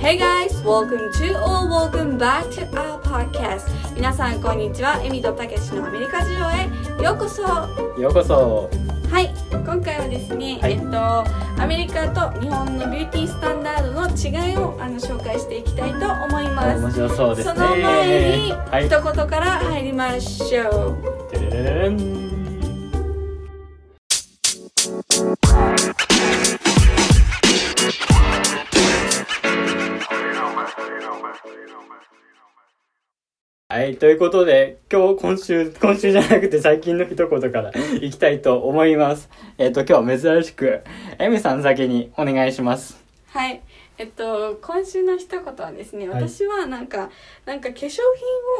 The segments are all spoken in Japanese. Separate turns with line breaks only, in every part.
Hey guys, welcome to or welcome back to our podcast 皆さんこんにちはエミとたけしのアメリカ事情へようこそは
ようこそ
い今回はですね、
はい
えっとアメリカと日本のビューティースタンダードの違いをあの紹介していきたいと思います
面白そうですね
その前に
はい
一言から入りましょう、
てれれれれんはい、ということで、今日、今週、今週じゃなくて最近の一言から いきたいと思います。えっ、と、今日は珍しく、エミさん先にお願いします。
はい。えっと、今週の一言はですね、
はい
私はなんか、なんか化粧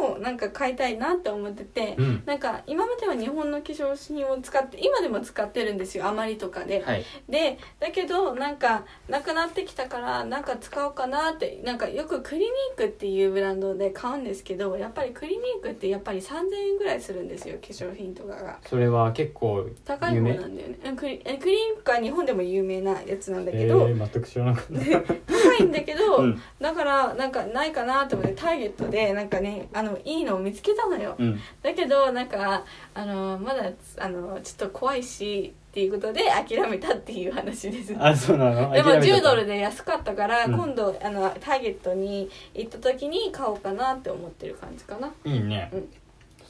品をなんか買いたいなって思ってて、
うん
なんか今までは日本の化粧品を使って、今でも使ってるんですよ、余りとかで。
はい。
で、だけどなんか、なくなってきたから、なんか使おうかなって、なんかよくクリニークっていうブランドで買うんですけど、やっぱりクリニークってやっぱり3000円ぐらいするんですよ、化粧品とかが。
それは結構
高い方なんだよね。うんクリえクリニークは日本でも有名なやつなんだけ
え
ど、
ー、全く知らなかった。
高いんだけど、
うん
だからなんかないかなと思ってターゲットでなんかねあのいいのを見つけたのよ、
うん。
だけどなんかあのまだあのちょっと怖いしっていうことで諦めたっていう話です
あ、そうなの
でも
諦めちゃっ
10
た
ドルで安かったから、
うん
今度あのターゲットに行った時に買おうかなって思ってる感じかない
いね。
うん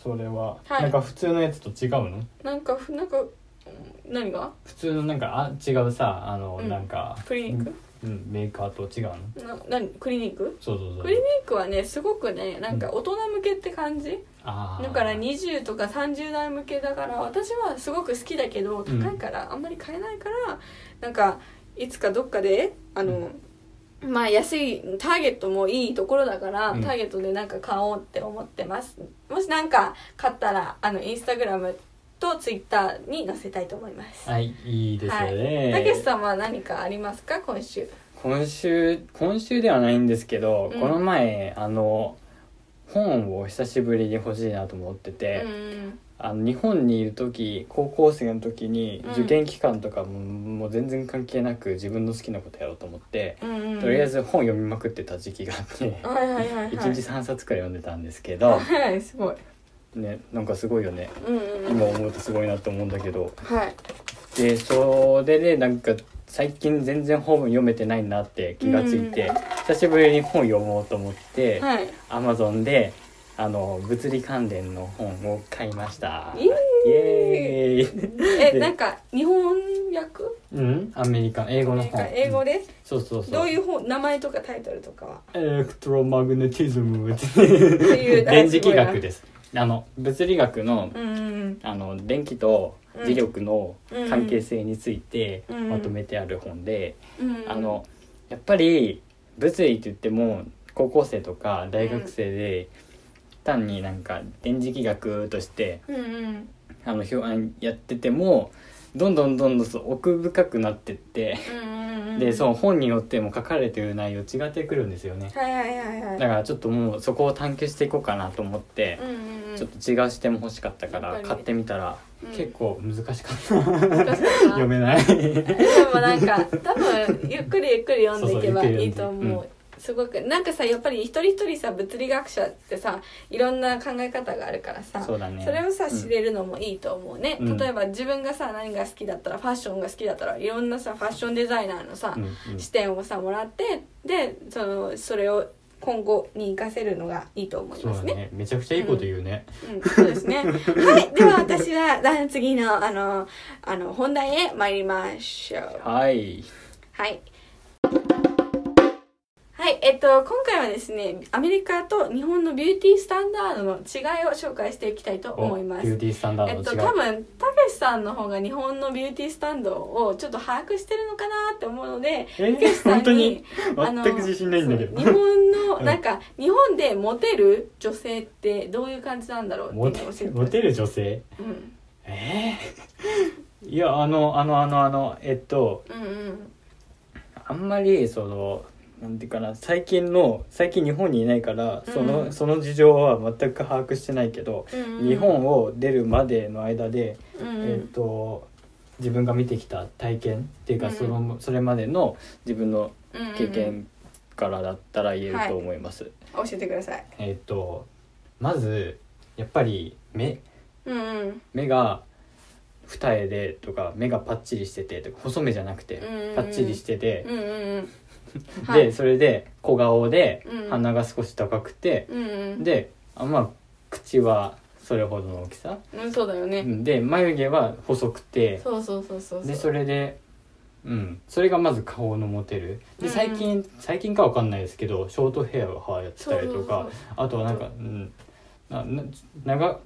それは、
はい
なんか普通のやつと違うの
なんかふなんかうん何が
普通のなんかあ違うさあの、
うん
なんか
クリニック、
うん、うんメーカーと違うの
な何クリニック
そうそうそう
クリニックはねすごくねなんか大人向けって感じ、
あー
だから20とか30代向けだから私はすごく好きだけど高いからあんまり買えないから、なんかいつかどっかであの、まあ安いターゲットもいいところだから、
うん
ターゲットでなんか買おうって思ってますもしなんか買ったらあのインスタグラムとツイッターに載せたいと思います、
はいいいですよね、
たけしさんは何かありますか今週
今週今週ではないんですけど、
うん
この前あの本を久しぶりに欲しいなと思って
う
て、
ん
あの日本にいる時高校生の時に
うん
受験期間とかも,、もう全然関係なく自分の好きなことやろうと思って、
うんうん
とりあえず本読みまくってた時期があって、
はいはいはいはい
一1日3冊くらい読んでたんですけど、
はいすごい
ね、なんかすごいよね
うんうんうん
今思うとすごいなと思うんだけど
はい
でそれでなんか最近全然本読めてないなって気がついて、
うん
久しぶりに本読もうと思って、
はい
Amazon であの物理関連の本を買いました
イエ
イエーイ
え
で
なんか日本訳
うんアメリカ英語
な
の
んか
本
英語で
そうそうそう
どういうう本名前とかタイトルとかは
エレクトロマグネティズムって
っていう
電磁気学
で
ですあの物理学の
うんうん
あの電気と磁力の関係性について
うん
まとめてある本で、
うん
あのやっぱり物理って言っても高校生とか大学生で単になんか電磁気学として
うんうん
あの表やっててもどんどんどんどんそう奥深くなってって
うんうん
でそ
うん
の本によっても書かれてる内容違ってくるんですよね
はいはいはいはい
だからちょっともうそこを探求していこうかなと思って
うんうんうん
ちょっと違う視点も欲しかった
や
か
っ
ら
ぱり
買ってみたら
うん
結構難しかった
難しかった
読めない
でもなんか多分ゆっくりゆっくり読んでいけば
そうそう
い
ゆ
い
っくり
と
読んで
思う。すごくなんかさやっぱり一人一人さ物理学者ってさいろんな考え方があるからさ
そうだね
それをさ
うん
知れるのもいいと思うね、
うん
例えば自分がさ何が好きだったらファッションが好きだったらいろんなさファッションデザイナーのさ、
うんうん
視点をさもらってでそのそれを今後に活かせるのがいいと思い
そう
ます
だ
ね。
ねめちゃくちゃいいこと言うね
うん、そうですね。はい、では私は だ次のあのあの本題へ参りましょう。
はい
はい。はい、えっと、今回はですね、アメリカと日本のビューティースタンダードの違いを紹介していきたいと思いま
おビュ
す
ー。ティースタンダ
え
ー
っ
ド
と、
の違い、
多分たけしさんの方が日本のビューティースタンドをちょっと把握してるのかなって思うので、
えー
たけしさん
本当に
あの
全く自信ないんだけど
そう日本の
うん
なんか日本でモテる女性ってどういう感じなんだろうっていうの
モ
を教え
テ
て
モテる女性
うん
えーいやあのあのあのあのえっと
うんうん
あんまりそのなんていうかな最近の最近日本にいないからそ
う
の,、
ん
その事情は全く把握してないけど、
うんうん
日本を出るまでの間で、
うん
えっと自分が見てきた体験っていうか、
うん
そのそれまでの自分の
うんうん
経験からだったら言えると思います、
教えてください
えっとまずやっぱり目
うんうん
目が二重でとか目がパッチリしててとか細目じゃなくて
うんうんうん
パッチリしてて
うんうんうんは
で
い
それで小顔で
うん
鼻が少し高くて
うんうん
であまあ口はそれほどの大きさ
うんそうだよね
で眉毛は細くて
そうそうそうそう
で
そ
それでうんそれがまず顔のモテる
う
で
ん
最近最近かわかんないですけどショートヘアをやってたり
そ
とか
うそう
あとはなんかうんなな長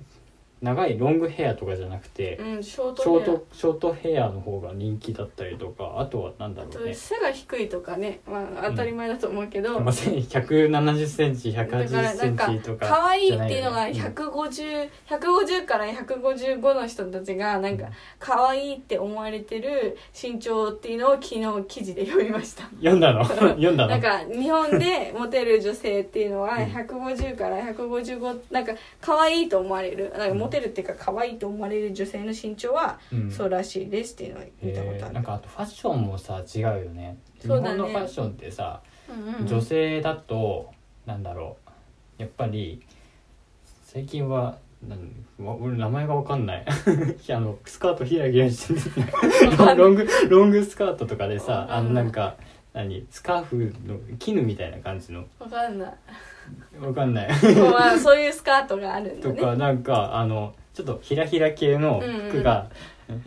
長いロングヘアとかじゃなくて
ううんショート
ショー
ヘア
トショートヘアの方が人気だったりとかあとはなんだろうね
背が低いとかね、まあ、当たり前だと思うけど、
まあ1 7 0センチ1 8
だからなんか
0ンチとか
可愛いっていうのが
じゃないよね
150150から155の人たちがなんか可愛いって思われてる身長っていうのを昨日記事で読みました
うん読ん だの読んだの
なんか日本でモテる女性っていうのは
うん
150から155なんか可愛いと思われるなんかモテるっていうか可愛いと思われる女性の身長は
うん
そうらしいですっていうのを見たこと
え
あ
ー
る、
なんかあとファッションもさ違うよね日
そう
本
だね
のファッションってさ、
うんうんうん
女性だとなんだろうやっぱり最近はなんわ俺名前がわかんない いやあのスカートひらひらしてるロンロングロングスカートとかでさあのなんか何スカーフの絹みたいな感じの
わかんない
わかんない
まあそういうスカートがあるんだ
と
ね
かなんかあのちょっとひらひら系の服が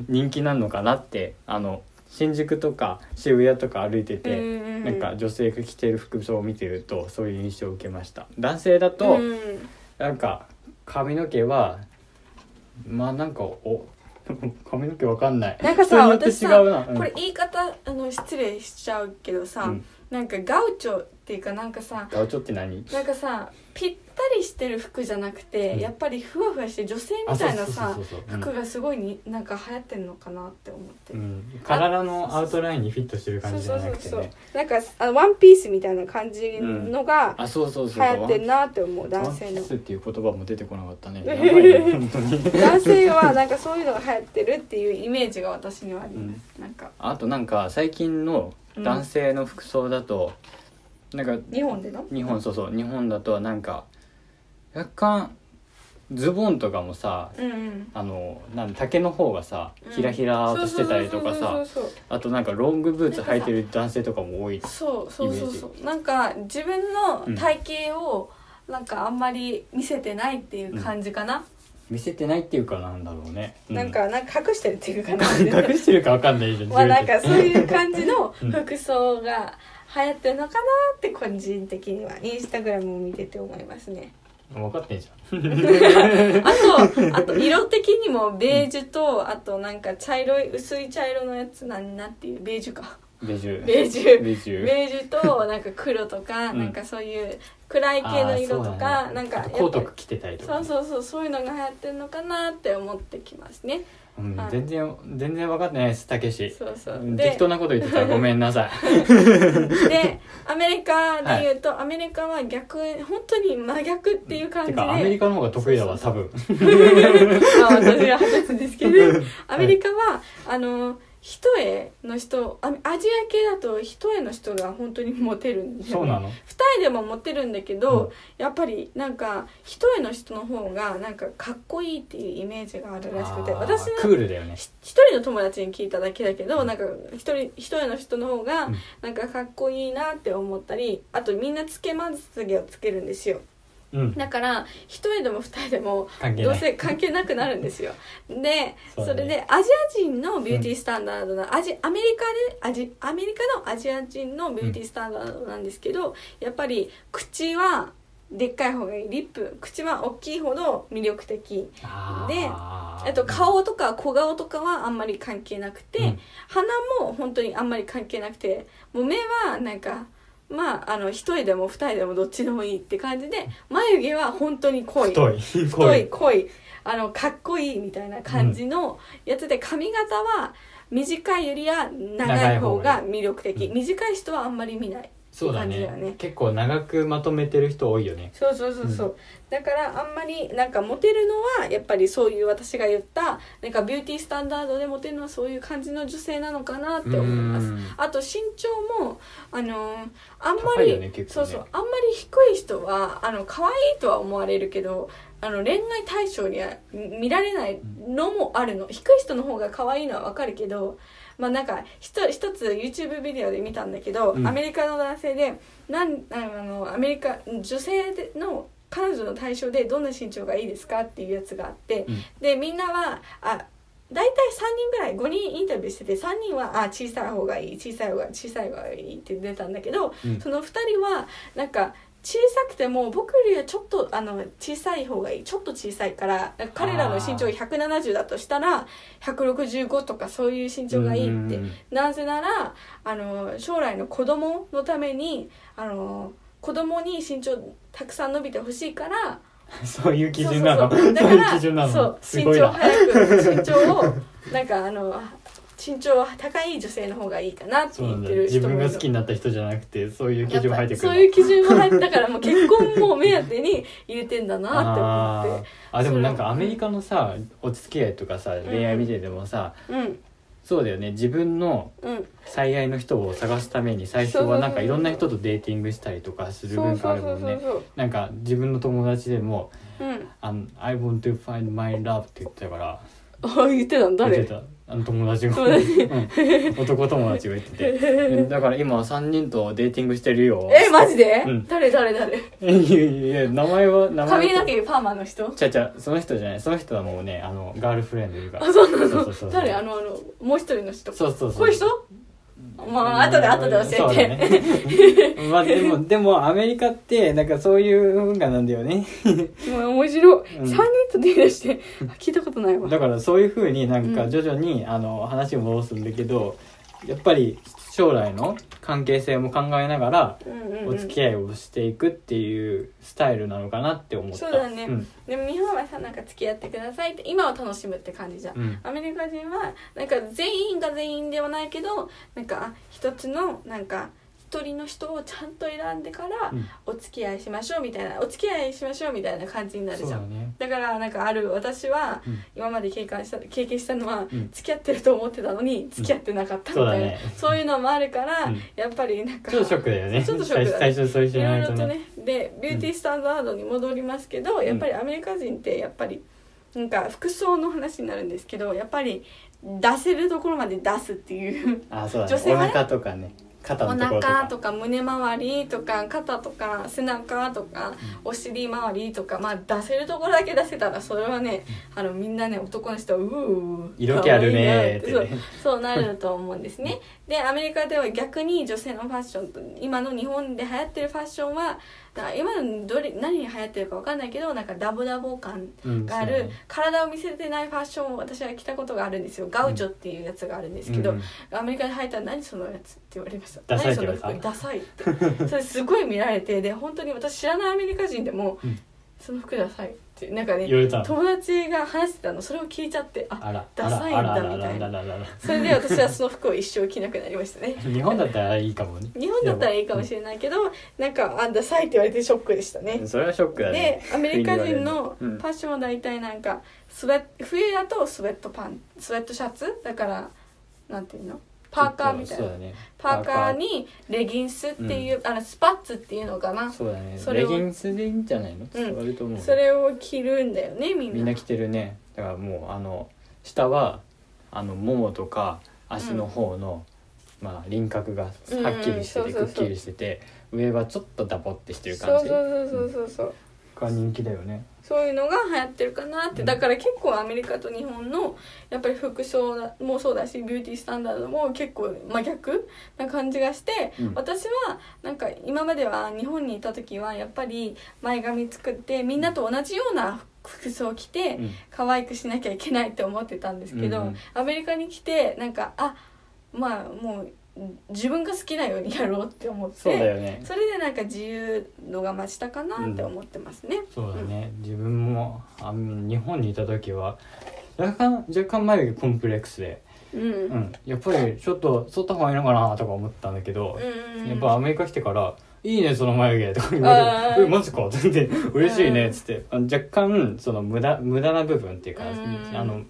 人気なのかなって、あの新宿とか渋谷とか歩いてて、
うんうんうん
なんか女性が着てる服装を見てるとそういう印象を受けました男性だ
う
と、
ん
なんか髪の毛はまあなんかお 髪の毛わかんない
なんか
人
さ
によって
私
違
さ
うな、うん
これ言い方あの失礼しちゃうけどさ、
うん
なんかガウチョっていうかなんかさ
ガウチョって何
なんかさぴったりしてる服じゃなくて、
うん
やっぱりふわふわして女性
あ
み
そう
たい
そ
な
うそう
さ
そうそううん
服がすごいになんか流行ってんのかなって思って、
うん、体のアウトラインにフィットしてる
そ
感
う
じじゃ
そう
な
そう
くて
そう
ね
なんかあワンピースみたいな感じのが
あそうそうそう
流
そう
行ってんなって思う男性
ワンピ
の
ースっていう言葉も出てこなかっ たね。やばいね本当に。
男性はなんかそういうのが流行ってるっていうイメージが私にはあります、なんか
あとなんか最近の男性の服装だと、なんか
日本での
日本そうそう日本だとなんか若干ズボンとかもさ
うんうん
あのなん竹の方がさ
うん
ひらひらーとしてたりとか
そうそうそうそうそ
さ
うそう
あとなんかロングブーツ履いてる男性とかも多い。
そうそうそうそうなんか自分の体型をなんかあんまり見せてないっていう感じかな、
見せてないっていうかなんだろうね。う
なんかなんか隠してるっていうかな
隠してるかわかんないじゃん。
まあなんか
自
そう
分で
いう感じの
うん
服装が流行ってるのかなって個人的にはインスタグラムを見てて思います ね
分かってんじゃん。
あとあと色的にもベージュとあとなんか茶色い薄い茶色のやつなんなっていうベージュ か
ベジュ。
ベージュ
ベジュ。
ベージュとなんか黒とか、
うん
なんかそういう暗い系の色と
あーそ
か、
うだね
なん
あ
か
とコート着てたりとか
そ
ね
うそうそうそういうのが流行ってるのかなって思ってきますね
うん
はい
全然全然分かってないですたけし
そうそう
うん
で
適当なこと言ってたらごめんなさい
でアメリカで言うと、アメリカは逆本当に真逆っていう感
て
じで
かアメリカの方が得意だわ
そ
多分
まあ私は二十歳ですけどアメリカは、あの一重の人アアジア系だと一重の人が本当にモテるんだよね
そうなの
二重でもモテるんだけど、
うん
やっぱりなんか一重の人の方がなんかかっこいいっていうイメージがあるらしくて
あー
私
ク
の
ールだよね
ひ一人の友達に聞いただけだけどなんか一人一重の人の方が
うん
なんかかっこいいなって思ったりあとみんなつけまつげをつけるんですよ
うん
だから一重でも二重でも
関係
ど
な
う
い
せ関係なくなるんですよ。で、
そう
そ
だね
れでアジア人のビューティースタンダードな、アジアメリカでアジアメリカのアジア人のビューティースタンダードなんですけど、やっぱり口はでっかい方がいいリップ口は大きいほど魅力的で
あー
あと顔とか小顔とかはあんまり関係なくて、
うん
鼻も本当にあんまり関係なくてもう目はなんか。まあ、あの一重でも二重でもどっちでもいいって感じで眉毛は本当に濃い
太い
太い濃いあのかっこいいみたいな感じのやつで髪型は短いよりは長い方が魅力的
う
短い人はあんまり見ない
そうだ
いい
ね
感じだよね
結構長くまとめてる人多いよね
そうそうそうそう、だからあんまりなんかモテるのはやっぱりそういう私が言ったなんかビューティースタンダードでモテるのはそういう感じの女性なのかなって思います
うん
あと身長もあのーあんま
高い
り、
よね結
そう
構
そう
ね
あんまり低い人はあの可愛いとは思われるけどあの恋愛対象には見られないのもあるの、低い人の方が可愛いのはわかるけどまあなんかひと一つ YouTube ビデオで見たんだけど、
うん
アメリカの男性でなんあのアメリカ女性での彼女の対象でどんな身長がいいですかっていうやつがあって、
うん
でみんなはあ大体3人ぐらい5人インタビューしてて3人はあ小さい方がいい小さい方が小さい方がいいって出たんだけど、
うん
その2人はなんか小さくても僕よりはちょっとあの小さい方がいいちょっと小さいからなんか彼らの身長が170だとしたら165とかそういう身長がいいって
うん
なぜならあの将来の子供のためにあの子供に身長たくさん伸びてほしいから
そういう基準なの
そうそうそうだか
そういう
ら
基準な
そ
の
う
す
身
ごい
長
な
早く身長をなんかあの身長高い女性の方がいいかなって
そう
言
な
っ
ん
て
だよ
る
自
人
分
もい
が
る
好きになった人じゃなくてそういう基
やっ
準入
ぱ
ってくる
そういう基準も入ってだからもう結婚も目当てに入れてんだな
あ
って思っ
ー
て
あでもなん
そ
か
れ
アメリカのさお付き合いとかさ恋愛見ててもさ、
うん
そうだよね自分の
うん
最愛の人を探すために最初はなんかいろんな人とデーティングしたりとかする
そう
文化
そ
あ
う
る
そう
も
んそう
ね
そう
なんか自分の友達でも
うん
「あの I want to find my love」って言ってたから
あ言ってたの
言
誰
ってたあの友達が
友達
うん男友達が言っ ててだから今3人とデーティングしてるよ
えマジで、
うん
誰誰誰
いやいやいや名前は名前
髪の毛パーマの人
ちゃちゃその人じゃないその人はもうねあのガールフレンドいるから
あそうなの
そうそうそう
誰あのあのもう一人の人
そうそうそう
こういう人まあ後で後で教えて、
て、そうだねまあでもでもアメリカってなんかそういう文化なんだよね
もう面白い、
う
三
ん
3人と出会いしてあ聞いたことないわ
だからそういうふうになん
う
か
ん
徐々に、あの話を戻すんだけどやっぱり将来の関係性も考えながら
うんうんうん
お付き合いをしていくっていうスタイルなのかなって思った
そうだね
ん
でも日本はさなんか付き合ってくださいって今を楽しむって感じじゃん、
うん
アメリカ人はなんか全員が全員ではないけどなんか一つのなんか一人の人をちゃんと選んでから
うん
お付き合いしましょうみたいなお付き合いしましょうみたいな感じになる
そう
じゃ
だ
ん
ね
だからなんかある私は
うん
今まで経験した経験したのは、
うん
付き合ってると思ってたのに付き合ってなかったみ
そうだ
たいな、
ね
そういうのもあるから、
うん
やっぱりなんか
ちょっとショックだよね
ちょっとショックだね
最初最初そういう人
い
じゃ
ろ
ないい
ろ
と
と
ね
ねでビューティースタンダードに戻りますけど、やっぱりアメリカ人ってやっぱりなんか服装の話になるんですけどやっぱり出せるところまで出すっていう
あそうだ
女性
ねお
はね
腹とかね
お
肩のところとか
腹とか胸周りとか肩とか背中とかお尻周りとかまあ出せるところだけ出せたらそれはねあのみんなね男の人はうー
色気あるねーって
可愛いな
ね
そうそうなると思うんですね。でアメリカでは逆に女性のファッションと今の日本で流行ってるファッションはだ今のどれ何に流行ってるかわかんないけどなんかダボダボ感
うん
があ
そうだ
る
ね
体を見せてないファッションを私は着たことがあるんですよガウチョっていうやつがあるんですけど、
うん
アメリカで履いたら何そのやつって言われました
ダサいって言わ
何そ
れた
の服ダサい ってそれすごい見られてで本当に私知らないアメリカ人でも、
うん
その服ダサいってなんかね
言われたの
友達が話してたのそれを聞いちゃってあ
あら
ダサいんだ
あらあら
みたいな
あらあらあらあ
それで私はその服を一生着なくなりましたね
ら日本だったらいいかもね
日本だったらいいかもしれないけどなんかあダサいって言われてショックでしたね
それはショックだね
でアメリカ人のフ
うん
ァッションは大体なんかスウェ冬だとスウェットパンスウェットシャツだからなんていうのパーカーみたい
そう
な
だね
パーカーにレギンスっていう、あのスパッツっていうのかなそ
そうだね
それ
レ
を
ギンスでいいんじゃないの伝わると思う、
れを着るんだよねみんな
みんな着てるねだからもうあの下はあのももとか足の方の、まあ輪郭がは
うん
っきりして
そう
て
そう
く
そう
っきりしてて上はちょっとダボってしてる
そう
感
そう
じ
そうそうそうそう
が人気だよね
そういうのが流行ってるかなって、
うん
だから結構アメリカと日本のやっぱり服装もそうだしビューティースタンダードも結構真逆な感じがして、
うん
私はなんか今までは日本にいた時はやっぱり前髪作ってみんなと同じような服装を着て、
うん
可愛くしなきゃいけないって思ってたんですけど、
うんうん
アメリカに来てなんかあまあもう自分が好きなようにやろうって思って
そうだよね
それでなんか自由度が増したかなって思ってますね。
そうだね自分もあの日本にいた時は若干若干眉毛コンプレックスで
ううんうん
う、ん、やっぱりちょっと剃った方がいいのかなとか思ったんだけど、
うん
やっぱアメリカ来てから「いいねその眉毛」とか言
あー
われて「えマジか」って言って「嬉しいね」っつってあの若干その無駄無駄な部分っていうか、
うん
あの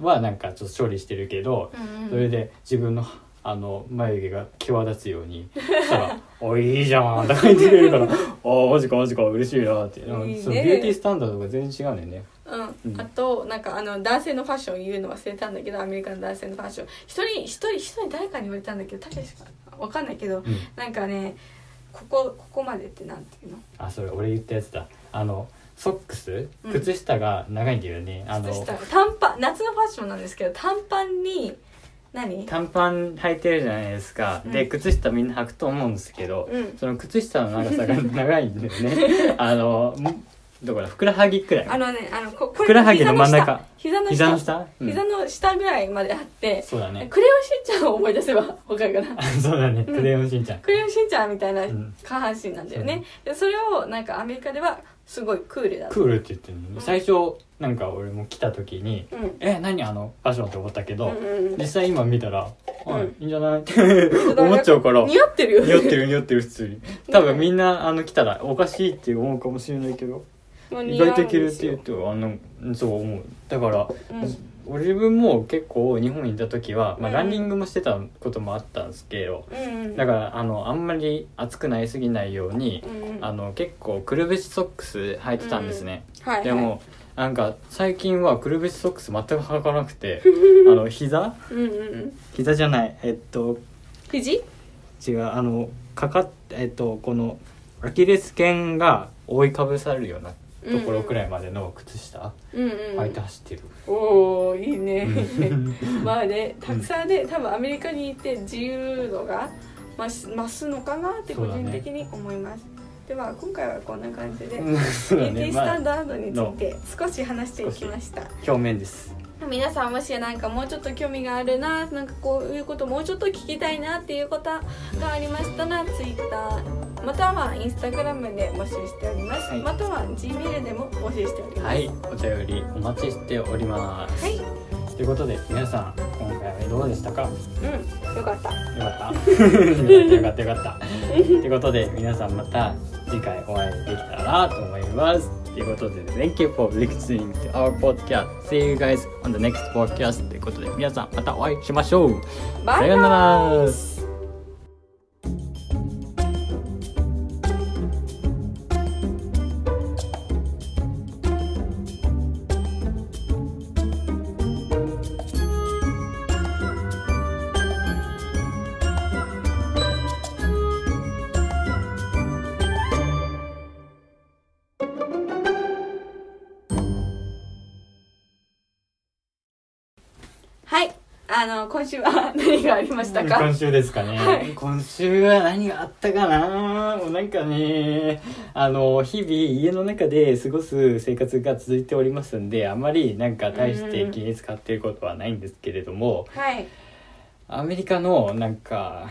はなんかちょっと処理してるけど、
うん
それで自分のあの眉毛が際立つようにしたら 「おいいじゃん」とか言ってくれる から「おマジかマジか嬉しいな」ってなんか
いいね
そのビューティースタンダードが全然違うんだよね。
う、
うんん
あとなんかあの男性のファッション言うの忘れたんだけどアメリカの男性のファッション一人一人一人誰かに言われたんだけど確かわかんないけど
うん
なんかねここここまでってなんていうの
あそれ俺言ったやつだあのソックス
うん
靴下が長いんだよね、あ
靴
の
下短パン夏のファッションなんですけど短パンに何
短パン履いてるじゃないですか、
うん
で靴下みんな履くと思うんですけど、
うん
その靴下の長 さが長いんだよねあのんどこだふくらはぎくら
あ
い
のねあのここ
ふくらはぎの真ん中
膝の下
膝の下、うん
膝の下ぐらいまであって、
そうだね
クレヨンしんちゃんを思い出せばわかるかな
あそうだねクレヨンしんちゃん、
クレヨンしんちゃんみたいな
うん
下半身なんだよね、でそれをなんかアメリカではすごいクールだった
クールって言ってるのね最初なんか俺も来た時に
うん
「え何あのファッション」って思ったけど、
うんうんうん
実際今見たら「はい、
うん
いいんじゃない?」って 思っちゃうから
似合ってるよね
酔ってる酔ってる普通に多分みんなあの来たらおかしいって思うかもしれないけど
もう
意
似合うん
外といける
で
っ
す
てい
よ
うとあのそう思うだから、
うん
俺自分も結構日本にいた時は、まあ、
うん
ランニングもしてたこともあったんですけど、
うんうん
だからあのあんまり暑くなりすぎないように、
うんうん
あの結構くるぶしソックス履いてたんですね、
はいはい
でもなんか最近はくるぶしソックス全く履かなく てあの膝
うんうんうん
膝じゃないえっと
肘
違うあのかかっえっとこのアキレス腱が覆いかぶされるようなところくらいまでの靴下
うんうん
履いて走ってる、
おおいい ね
うん
まあねたくさんね多分アメリカに行って自由度が増し増すのかなって個人的に思います、では今回はこんな感じで
うんそうだ
ET
ね
ス
ま
タ
あ
ンダードについて少し話していきました
表面です
皆さんもしなんかもうちょっと興味があるななんかこういうこともうちょっと聞きたいなっていうことがありましたら Twitter または Instagram で募集しております、
はい
または Gmail でも募集しております
はいお便りお待ちしております、
はい
ということで皆さん今回はどうでしたかよ
うんよかった
かったよかったよかったということで皆さんまた次回お会いできたらと思いますということで Thank you for listening to our podcast See you guys on the next podcast ということで皆さんまたお会いしましょう
バ
さ
イバ
よ
イ
うなら
はいあの今週は 何がありましたか
今週ですかね、
はい
今週は何があったかなもうなんかねあの日々家の中で過ごす生活が続いておりますんであまりなんか大して気に使っていることはないんですけれども、
はい、
アメリカのなんか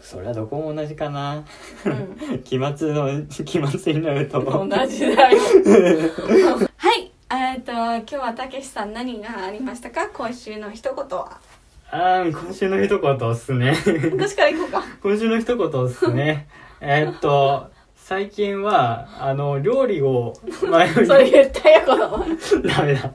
それはどこも同じかな
うん、
期末の 期末になると
同じ だよはいえっと今日はたけしさん何がありましたか今週の一言は
あー今週の一言っすね
私からいこう か
今週の一言ですねえーっと最近はあの料理を前より
それ言ったよこの前
ダメだ。